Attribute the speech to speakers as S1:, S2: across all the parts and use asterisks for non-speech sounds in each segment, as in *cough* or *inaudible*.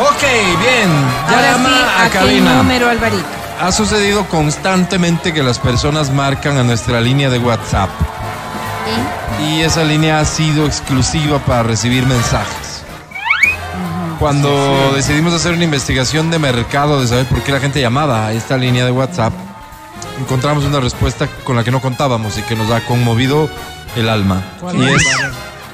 S1: Ok, bien.
S2: Ahora
S1: Llama
S2: sí,
S1: a
S2: ¿a qué
S1: cabina.
S2: número, Alvarito?
S1: Ha sucedido constantemente que las personas marcan a nuestra línea de WhatsApp
S2: ¿Sí?
S1: y esa línea ha sido exclusiva para recibir mensajes. Cuando decidimos hacer una investigación de mercado de saber por qué la gente llamaba a esta línea de WhatsApp, encontramos una respuesta con la que no contábamos y que nos ha conmovido el alma.
S2: ¿Cuál
S1: Y
S2: es?
S1: es,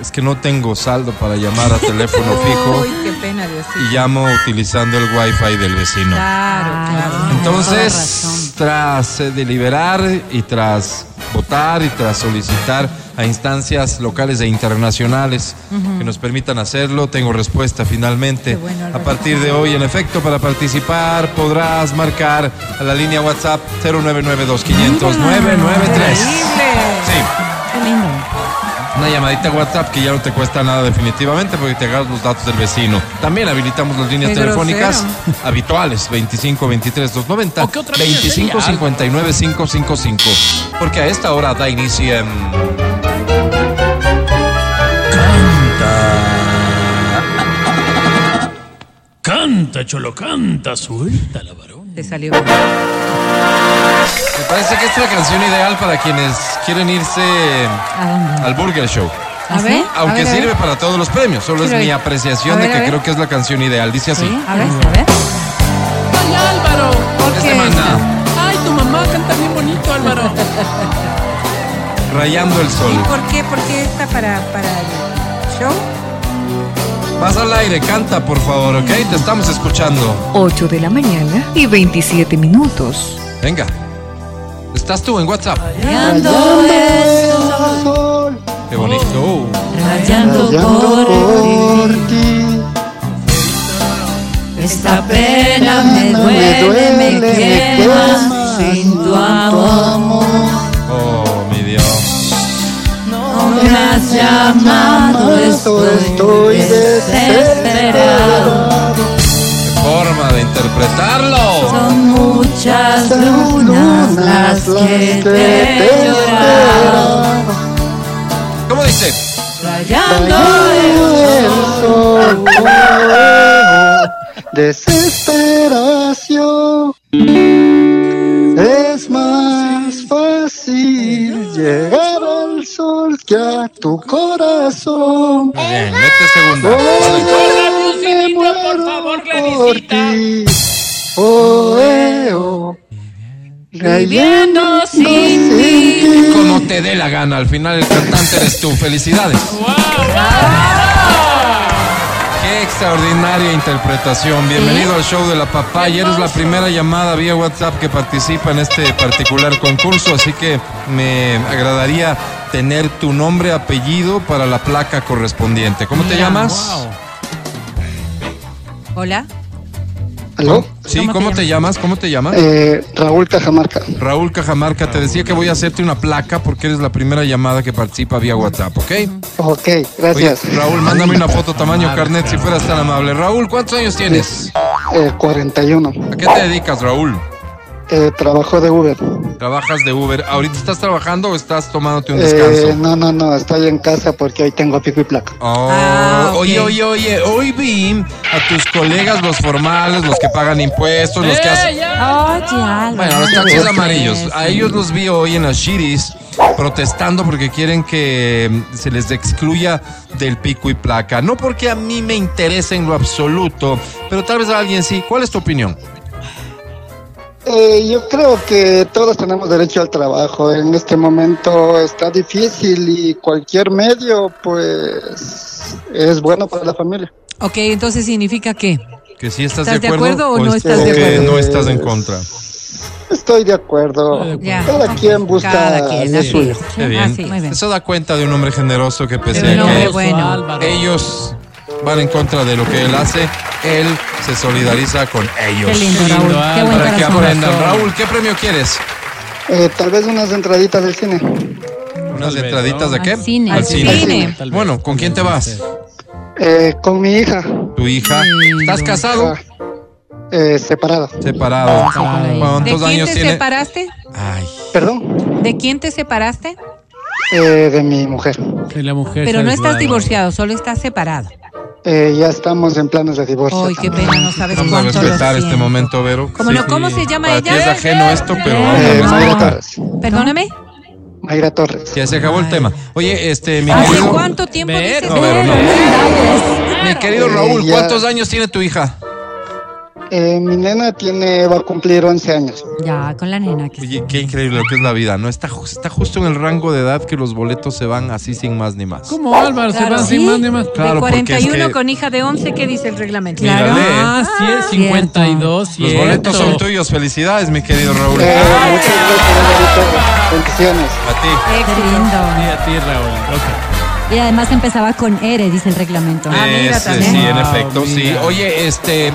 S1: es que no tengo saldo para llamar a
S2: *laughs*
S1: teléfono fijo
S2: Uy, qué pena, Diosito.
S1: y llamo utilizando el wifi del vecino.
S2: Claro, claro.
S1: Entonces, tras eh, deliberar y tras votar y tras solicitar a instancias locales e internacionales que nos permitan hacerlo, tengo respuesta finalmente.
S2: Qué bueno,
S1: a
S2: Alberto.
S1: partir de hoy, en efecto, para participar podrás marcar a la línea WhatsApp 0992 500 993. Sí, una llamadita a WhatsApp que ya no te cuesta nada definitivamente porque te agarras los datos del vecino. También habilitamos las líneas
S2: Qué
S1: telefónicas habituales 25 23 290
S3: ¿O qué otra línea
S1: 25
S3: sería?
S1: 59 555 porque a esta hora da inicio em,
S3: Canta, cholo, canta, suelta la varón.
S2: Te salió bien.
S1: me parece que es la canción ideal para quienes quieren irse
S4: ¿A dónde?
S1: al Burger Show.
S2: A
S4: ¿Ah, ¿Sí?
S2: ver, a
S1: Aunque
S2: ver, a ver.
S1: sirve para todos los premios, solo es
S2: Quiero
S1: mi
S2: ir.
S1: apreciación
S2: A
S1: de
S2: ver, a
S1: que
S2: ver.
S1: creo que es la canción ideal. Dice así.
S4: Sí, a ver, a ver.
S3: ¡Ay, Álvaro!
S1: Esta
S2: qué?
S1: semana,
S3: ¡Ay, tu mamá canta bien bonito, Álvaro!
S1: rayando el
S2: ¿Y
S1: sol.
S2: por qué? ¿Por qué está para, para el show?
S1: Vas al aire, canta por favor, ¿ok? Te estamos escuchando.
S5: 8 de la mañana y 27 minutos.
S1: Venga. Estás tú en WhatsApp.
S4: Rayando el sol,
S1: Qué bonito.
S4: rayando por ti. Esta pena me duele, me quema sin tu amor.
S1: Oh, mi Dios.
S4: No me has llamado, estoy desesperado.
S1: Qué forma de interpretarlo.
S4: Son muchas lunas las que te he llorado.
S1: ¿Cómo dice?
S4: Rayando el sol.
S6: Desesperación. Es más fácil llegar al sol que a tu corazón.
S1: Muy bien, mete segunda.
S6: Oh. Oye, me muero por ti. Oh, eh, oh.
S4: Viviendo sin
S6: ti.
S1: Como te dé la gana. Al final el cantante eres tú. Felicidades. Qué extraordinaria interpretación. Bienvenido al show de la papaya. Eres la primera llamada vía WhatsApp que participa en este particular concurso, así que me agradaría tener tu nombre, apellido para la placa correspondiente. ¿Cómo te llamas?
S2: Hola.
S6: ¿Aló?
S1: Sí, ¿cómo te llamas? ¿Cómo te llamas?
S6: Eh, Raúl Cajamarca.
S1: Raúl Cajamarca, te decía que voy a hacerte una placa porque eres la primera llamada que participa vía WhatsApp, ¿ok?
S6: Ok,
S1: Oye,
S6: gracias.
S1: Raúl, mándame una foto tamaño carnet si fueras tan amable. Raúl, ¿cuántos años tienes?
S6: Eh, 41.
S1: ¿A qué te dedicas, Raúl?
S6: Eh, trabajo de Uber.
S1: Trabajas de Uber. ¿Ahorita estás trabajando o estás tomándote un
S6: Eh,
S1: descanso?
S6: no, no, no, estoy en casa porque hoy tengo pico y placa.
S1: Oh,
S2: Ah, ok.
S1: Oye, oye, oye, hoy vi a tus colegas, los formales, los que pagan impuestos,
S2: Eh,
S1: los que hacen...
S4: Oye, Álvaro.
S1: Bueno, los taxis amarillos. A ellos los vi hoy en las Shiris protestando porque quieren que mm, se les excluya del pico y placa. No porque a mí me interese en lo absoluto, pero tal vez a alguien sí. ¿Cuál es tu opinión?
S6: Eh, yo creo que todos tenemos derecho al trabajo. En este momento está difícil y cualquier medio, pues, es bueno para la familia.
S2: Ok, entonces significa que
S1: ¿Que sí estás,
S2: ¿Estás
S1: de
S2: de
S1: acuerdo,
S2: acuerdo o no
S1: es-
S2: estás de
S1: que
S2: acuerdo?
S1: no estás en contra?
S6: Estoy de acuerdo.
S2: ya.
S6: Cada quien busca
S2: Cada quien,
S6: lo
S2: así
S6: suyo.
S2: es.
S1: Qué bien.
S2: Así es. Ah, Muy bien.
S1: Eso da cuenta de un hombre generoso que pese
S2: Pero
S1: a
S2: no,
S1: que
S2: bueno.
S3: Eh,
S1: ellos van en contra de lo que él hace, él se solidariza con ellos.
S4: Qué lindo, Raúl. Qué buen
S1: Para que
S4: corazón.
S1: aprendan. Raúl, ¿qué premio quieres?
S6: Eh, tal vez unas entraditas del cine.
S1: ¿Unas
S3: vez,
S1: entraditas de
S4: ¿no?
S1: qué?
S4: Al cine.
S2: Al cine.
S3: Tal vez.
S1: Bueno, ¿con quién te vas?
S6: Eh, con mi hija,
S1: ¿Tu hija? ¿Estás casado?
S6: Ah, eh, separada.
S1: Separado.
S2: ¿De
S1: ¿Cuántos
S2: quién
S1: años
S2: te
S1: tiene?
S2: separaste?
S1: Ay,
S6: Perdón,
S2: ¿De quién te separaste?
S6: eh, de mi mujer.
S3: Sí, la mujer
S2: Pero no
S3: sabe
S2: estás
S3: jugar.
S2: divorciado, solo estás separado.
S6: eh, ya estamos en planes de divorcio.
S2: Ay, qué
S6: también.
S2: pena, no sabes
S1: Vamos a
S2: cuánto lo
S1: respetar este
S2: siento.
S1: momento, Vero.
S2: ¿Cómo no? ¿Cómo se llama
S1: Para
S2: ella? Eh,
S1: ti es ajeno esto, pero vamos a
S6: Eh,
S1: respetar.
S6: Mayra Torres.
S2: Perdóname.
S6: Mayra Torres.
S1: Ya se acabó el tema. Oye, este, mi
S2: ¿Hace
S1: querido,
S2: cuánto tiempo
S3: Vero,
S2: dices?
S1: No, Vero, no. mi querido Raúl,
S6: Eh, ya.
S1: ¿cuántos años tiene tu hija?
S6: Eh, mi nena tiene, va a cumplir 11 años.
S4: Ya, con la nena que
S1: Oye, qué increíble lo que es la vida, ¿no? Está, ju- está justo en el rango de edad que los boletos se van así sin más ni más.
S3: ¿Cómo Álvaro se
S2: Claro,
S3: va
S2: sí.
S3: sin más ni más?
S1: Claro,
S2: de
S1: porque es
S2: 41
S1: que-
S2: con hija de 11, ¿qué dice el reglamento?
S1: Mira,
S2: Claro.
S1: lee.
S3: Ah, sí, el 52,
S1: Los
S3: cierto.
S1: boletos son tuyos. Felicidades, mi querido Raúl.
S6: Eh,
S1: A
S6: muchas gracias, Mayra Torres. Bendiciones.
S1: ti.
S4: Qué lindo.
S3: Sí, a ti, Raúl. Ok.
S4: Y además empezaba con R, dice el reglamento.
S2: Ah, mira,
S1: Ese,
S2: también.
S1: Este, sí, en
S3: Wow,
S1: efecto, sí.
S3: mira.
S1: Oye, este.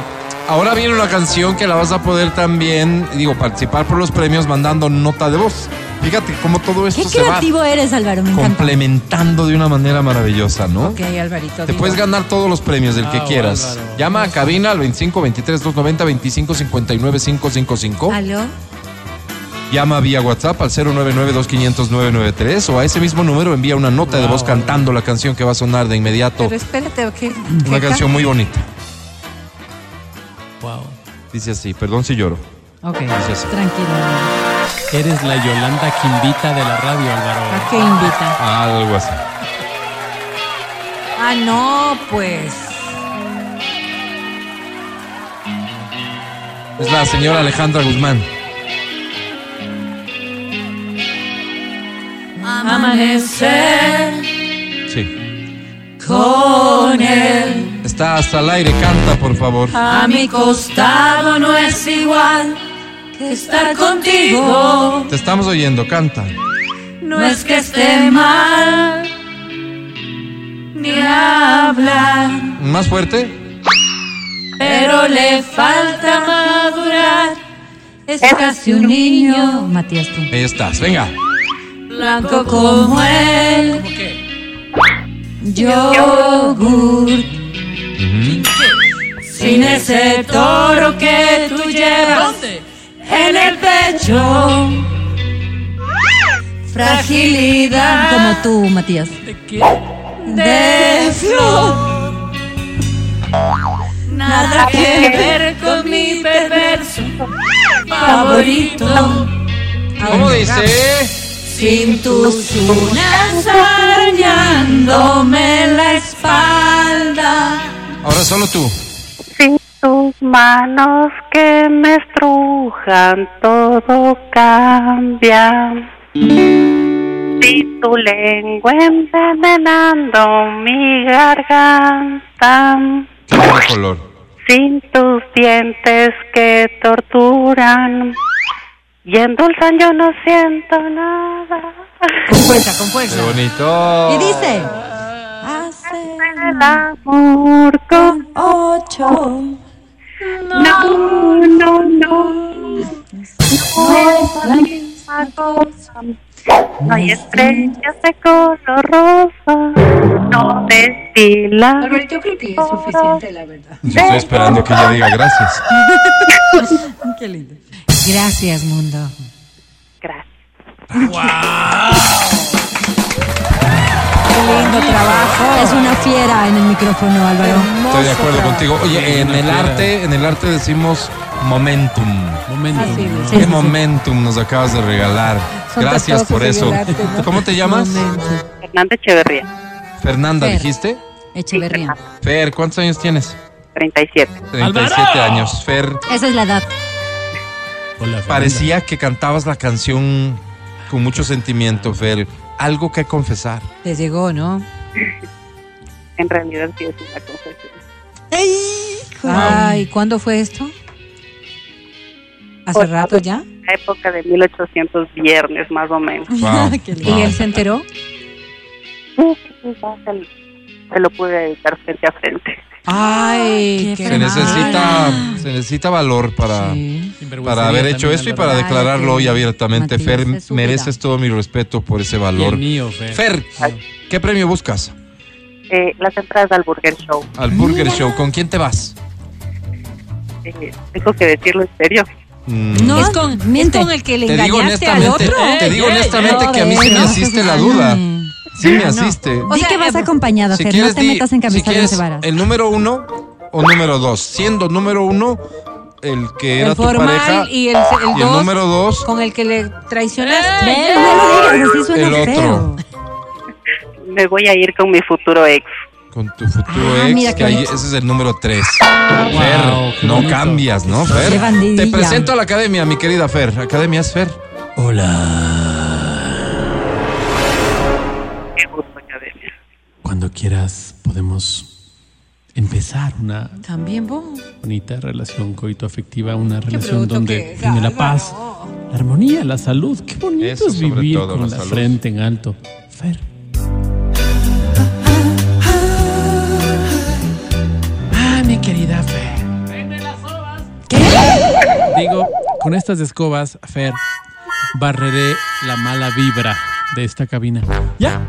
S1: Ahora viene una canción que la vas a poder también, digo, participar por los premios mandando nota de voz. Fíjate cómo todo esto
S4: Qué
S1: se va
S4: creativo eres, Álvaro, me encanta.
S1: complementando de una manera maravillosa, ¿no?
S2: Ok,
S1: Te
S2: Alvarito. digo.
S1: puedes ganar todos los premios del que
S3: Ah,
S1: quieras.
S3: bárbaro.
S1: Llama a cabina al 25 23 290 25 59 555.
S2: ¿Aló?
S1: Llama vía WhatsApp al 099-2500-993 o a ese mismo número envía una nota de
S3: Wow.
S1: voz cantando la canción que va a sonar de inmediato.
S2: Pero espérate, ¿o qué?
S1: Una
S2: ¿Qué
S1: canción muy bonita.
S3: Wow.
S1: Dice así, perdón si lloro.
S4: Ok,
S1: Dice así.
S4: tranquilo.
S3: Eres la Yolanda Quimbita de la radio, Álvaro.
S2: ¿A qué invita?
S1: Algo así.
S2: Ah, no, pues.
S1: Es la señora Alejandra Guzmán.
S4: Amanecer
S1: Sí.
S4: con él
S1: Está hasta el aire, canta por favor.
S4: a mi costado no es igual que estar contigo.
S1: Te estamos oyendo, canta.
S4: No es que esté mal ni hablar,
S1: Más fuerte.
S4: pero le falta madurar. Es casi un niño, Matías, tú.
S1: Ahí estás, venga.
S4: Blanco como él. Yogur. Sin ese toro que tú llevas en el pecho. Fragilidad. Como tú, Matías. De flor. Nada que ver con mi perverso favorito.
S1: ¿Cómo dice?
S4: Sin tus unas arañándome la espalda.
S1: Ahora solo tú.
S7: Sin tus manos que me estrujan, todo cambia. Sin tu lengua envenenando mi garganta.
S1: Qué buen color.
S7: Sin tus dientes que torturan. Y endulzan yo no siento nada.
S2: Con fuerza, con fuerza.
S1: Qué bonito.
S4: Y dice: Hace
S7: El amor con
S4: ocho.
S7: No, no, no. No es la misma cosa. No hay estrellas de color rosa. No destila.
S8: yo creo que ya es suficiente, la verdad.
S1: Yo estoy esperando que ella diga gracias.
S2: Gracias, mundo.
S7: Gracias.
S2: Qué lindo trabajo.
S4: Es una fiera en el micrófono, Álvaro.
S1: Estoy de acuerdo
S2: Hermoso
S1: contigo. Oye,
S3: Sí,
S1: en
S3: no
S1: el
S3: quiera.
S1: arte, en el arte decimos momentum.
S3: Momento.
S2: Así es.
S3: ¿no?
S4: Sí, sí,
S1: Qué
S4: sí.
S1: momentum nos acabas de regalar.
S2: Son
S1: Gracias por
S2: costosos
S1: eso.
S2: en el arte, ¿no?
S1: ¿Cómo te llamas?
S2: Momento.
S7: Fernanda Echeverría,
S1: Fernanda,
S4: Fer.
S1: dijiste.
S4: Echeverría.
S1: Fer, ¿cuántos años tienes?
S7: 37.
S1: 37 años. Fer,
S4: Esa es la edad.
S3: Hola, Fernanda.
S1: parecía que cantabas la canción con mucho sentimiento, Fer. Algo que confesar.
S2: Te llegó, ¿no?
S7: En realidad sí es una confesión.
S2: Ay, ¿cuándo fue esto? ¿Hace
S7: Por-
S2: rato ya?
S7: La época de 1800 viernes, más o menos.
S1: Wow.
S4: Qué lindo.
S2: ¿Y él se enteró?
S7: Sí, quizás él se lo pude dedicar frente a frente.
S2: Ay,
S4: qué
S2: qué
S1: Se
S4: mal.
S1: necesita, se necesita valor para,
S2: Sí.
S3: Sinvergüencería
S1: para haber hecho
S3: también,
S1: esto y
S3: Álvaro.
S1: para
S4: Ay,
S1: declararlo
S4: qué
S1: hoy abiertamente.
S4: Matías,
S1: Fer,
S4: es su
S1: mereces
S4: vida.
S1: todo mi respeto por ese
S3: Y el
S1: valor.
S3: mío, Fer.
S1: Fer, ¿qué premio buscas?
S7: Eh, las entradas al Burger Show.
S1: Al Burger Show, ¿con quién te vas?
S7: Eh, tengo que decirlo en serio.
S1: Mm.
S2: No,
S4: Es
S2: es
S4: con-
S2: con,
S4: miente.
S2: el que le
S1: Te digo
S2: engañaste al
S1: honestamente,
S2: otro.
S1: te digo honestamente que a mí
S4: no,
S1: se me
S4: no,
S1: hiciste la duda. Sí me
S9: no.
S1: asiste.
S9: Di que vas acompañada, Fer, no te
S1: di-
S9: metas en
S1: si
S9: camisas
S1: quieres, eh,
S9: de varas.
S1: el número uno o número dos. Siendo número uno el que era
S2: El
S1: tu
S2: formal
S1: pareja
S2: y el, el
S1: y el
S2: dos
S1: número dos
S2: con el que le
S9: Ven,
S2: traicionaste.
S9: no lo digas, así suena
S1: El otro.
S9: feo.
S7: Me voy a ir con mi futuro ex.
S1: con tu futuro
S9: Ah,
S1: ex,
S9: mira
S1: que
S9: qué
S1: ahí-
S9: bonito.
S1: ese es el número tres.
S3: Wow,
S1: Fer,
S3: qué
S1: no
S3: bonito.
S1: cambias, ¿no,
S9: Qué
S1: Fer?
S9: bandidilla.
S1: Te presento a la academia, mi querida Fer. Academia es Fer.
S3: Hola.
S7: Qué gusto, Academia.
S3: Cuando quieras podemos empezar una
S2: También vos.
S3: bonita relación coitoafectiva, una
S2: Qué
S3: relación
S2: bruto que
S3: donde
S2: es,
S3: tiene la
S2: Álvaro.
S3: paz, la armonía, la salud. Qué bonito
S1: Eso
S3: es
S1: sobre
S3: vivir
S1: todo,
S3: con
S1: la
S3: la,
S1: salud.
S3: frente en alto. Fer. Ah, mi querida Fer. ¿Qué? Digo, con estas escobas, Fer, barreré la mala vibra de esta cabina. Ya.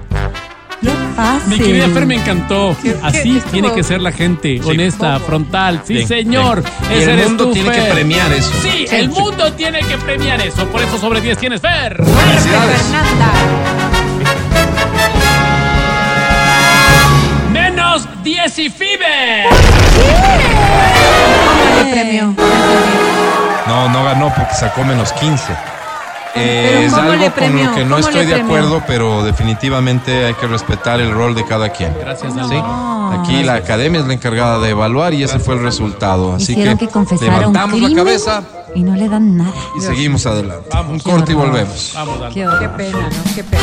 S9: Fácil.
S3: Mi querida Fer, me encantó.
S2: Ah, Qué- qué-
S3: Así
S2: estuvo-
S3: tiene que ser la gente, honesta,
S2: Bobo.
S3: frontal. Sí,
S1: Bien,
S3: señor.
S1: bien. Y
S3: Ese
S1: el
S3: eres
S1: mundo
S3: tú,
S1: tiene que
S3: Fer.
S1: premiar eso.
S3: Sí, el mundo tiene que premiar eso. Por eso sobre 10 tienes Fer.
S1: Felicidades.
S2: Fernanda.
S3: Menos 10 y FIBE.
S2: Póngale premio.
S1: No, no ganó porque sacó menos 15.
S2: Pero
S1: es
S2: ¿cómo
S1: algo
S2: le
S1: con
S2: premió?
S1: lo que no
S2: ¿Cómo
S1: estoy
S2: le
S1: de
S2: premió?
S1: acuerdo, pero definitivamente hay que respetar el rol de cada quien.
S3: Gracias,
S1: ¿sí? Aquí la academia es la encargada de evaluar y ese fue el resultado. Así
S9: Hicieron que,
S1: que,
S9: confesar un
S1: levantamos la
S9: crimen
S1: cabeza
S9: y no le dan nada.
S1: y seguimos adelante.
S3: Vamos.
S1: Un corte y volvemos.
S3: Vamos, Dani.
S9: Qué
S2: Qué
S9: horror.
S2: pena, ¿no? Qué pena.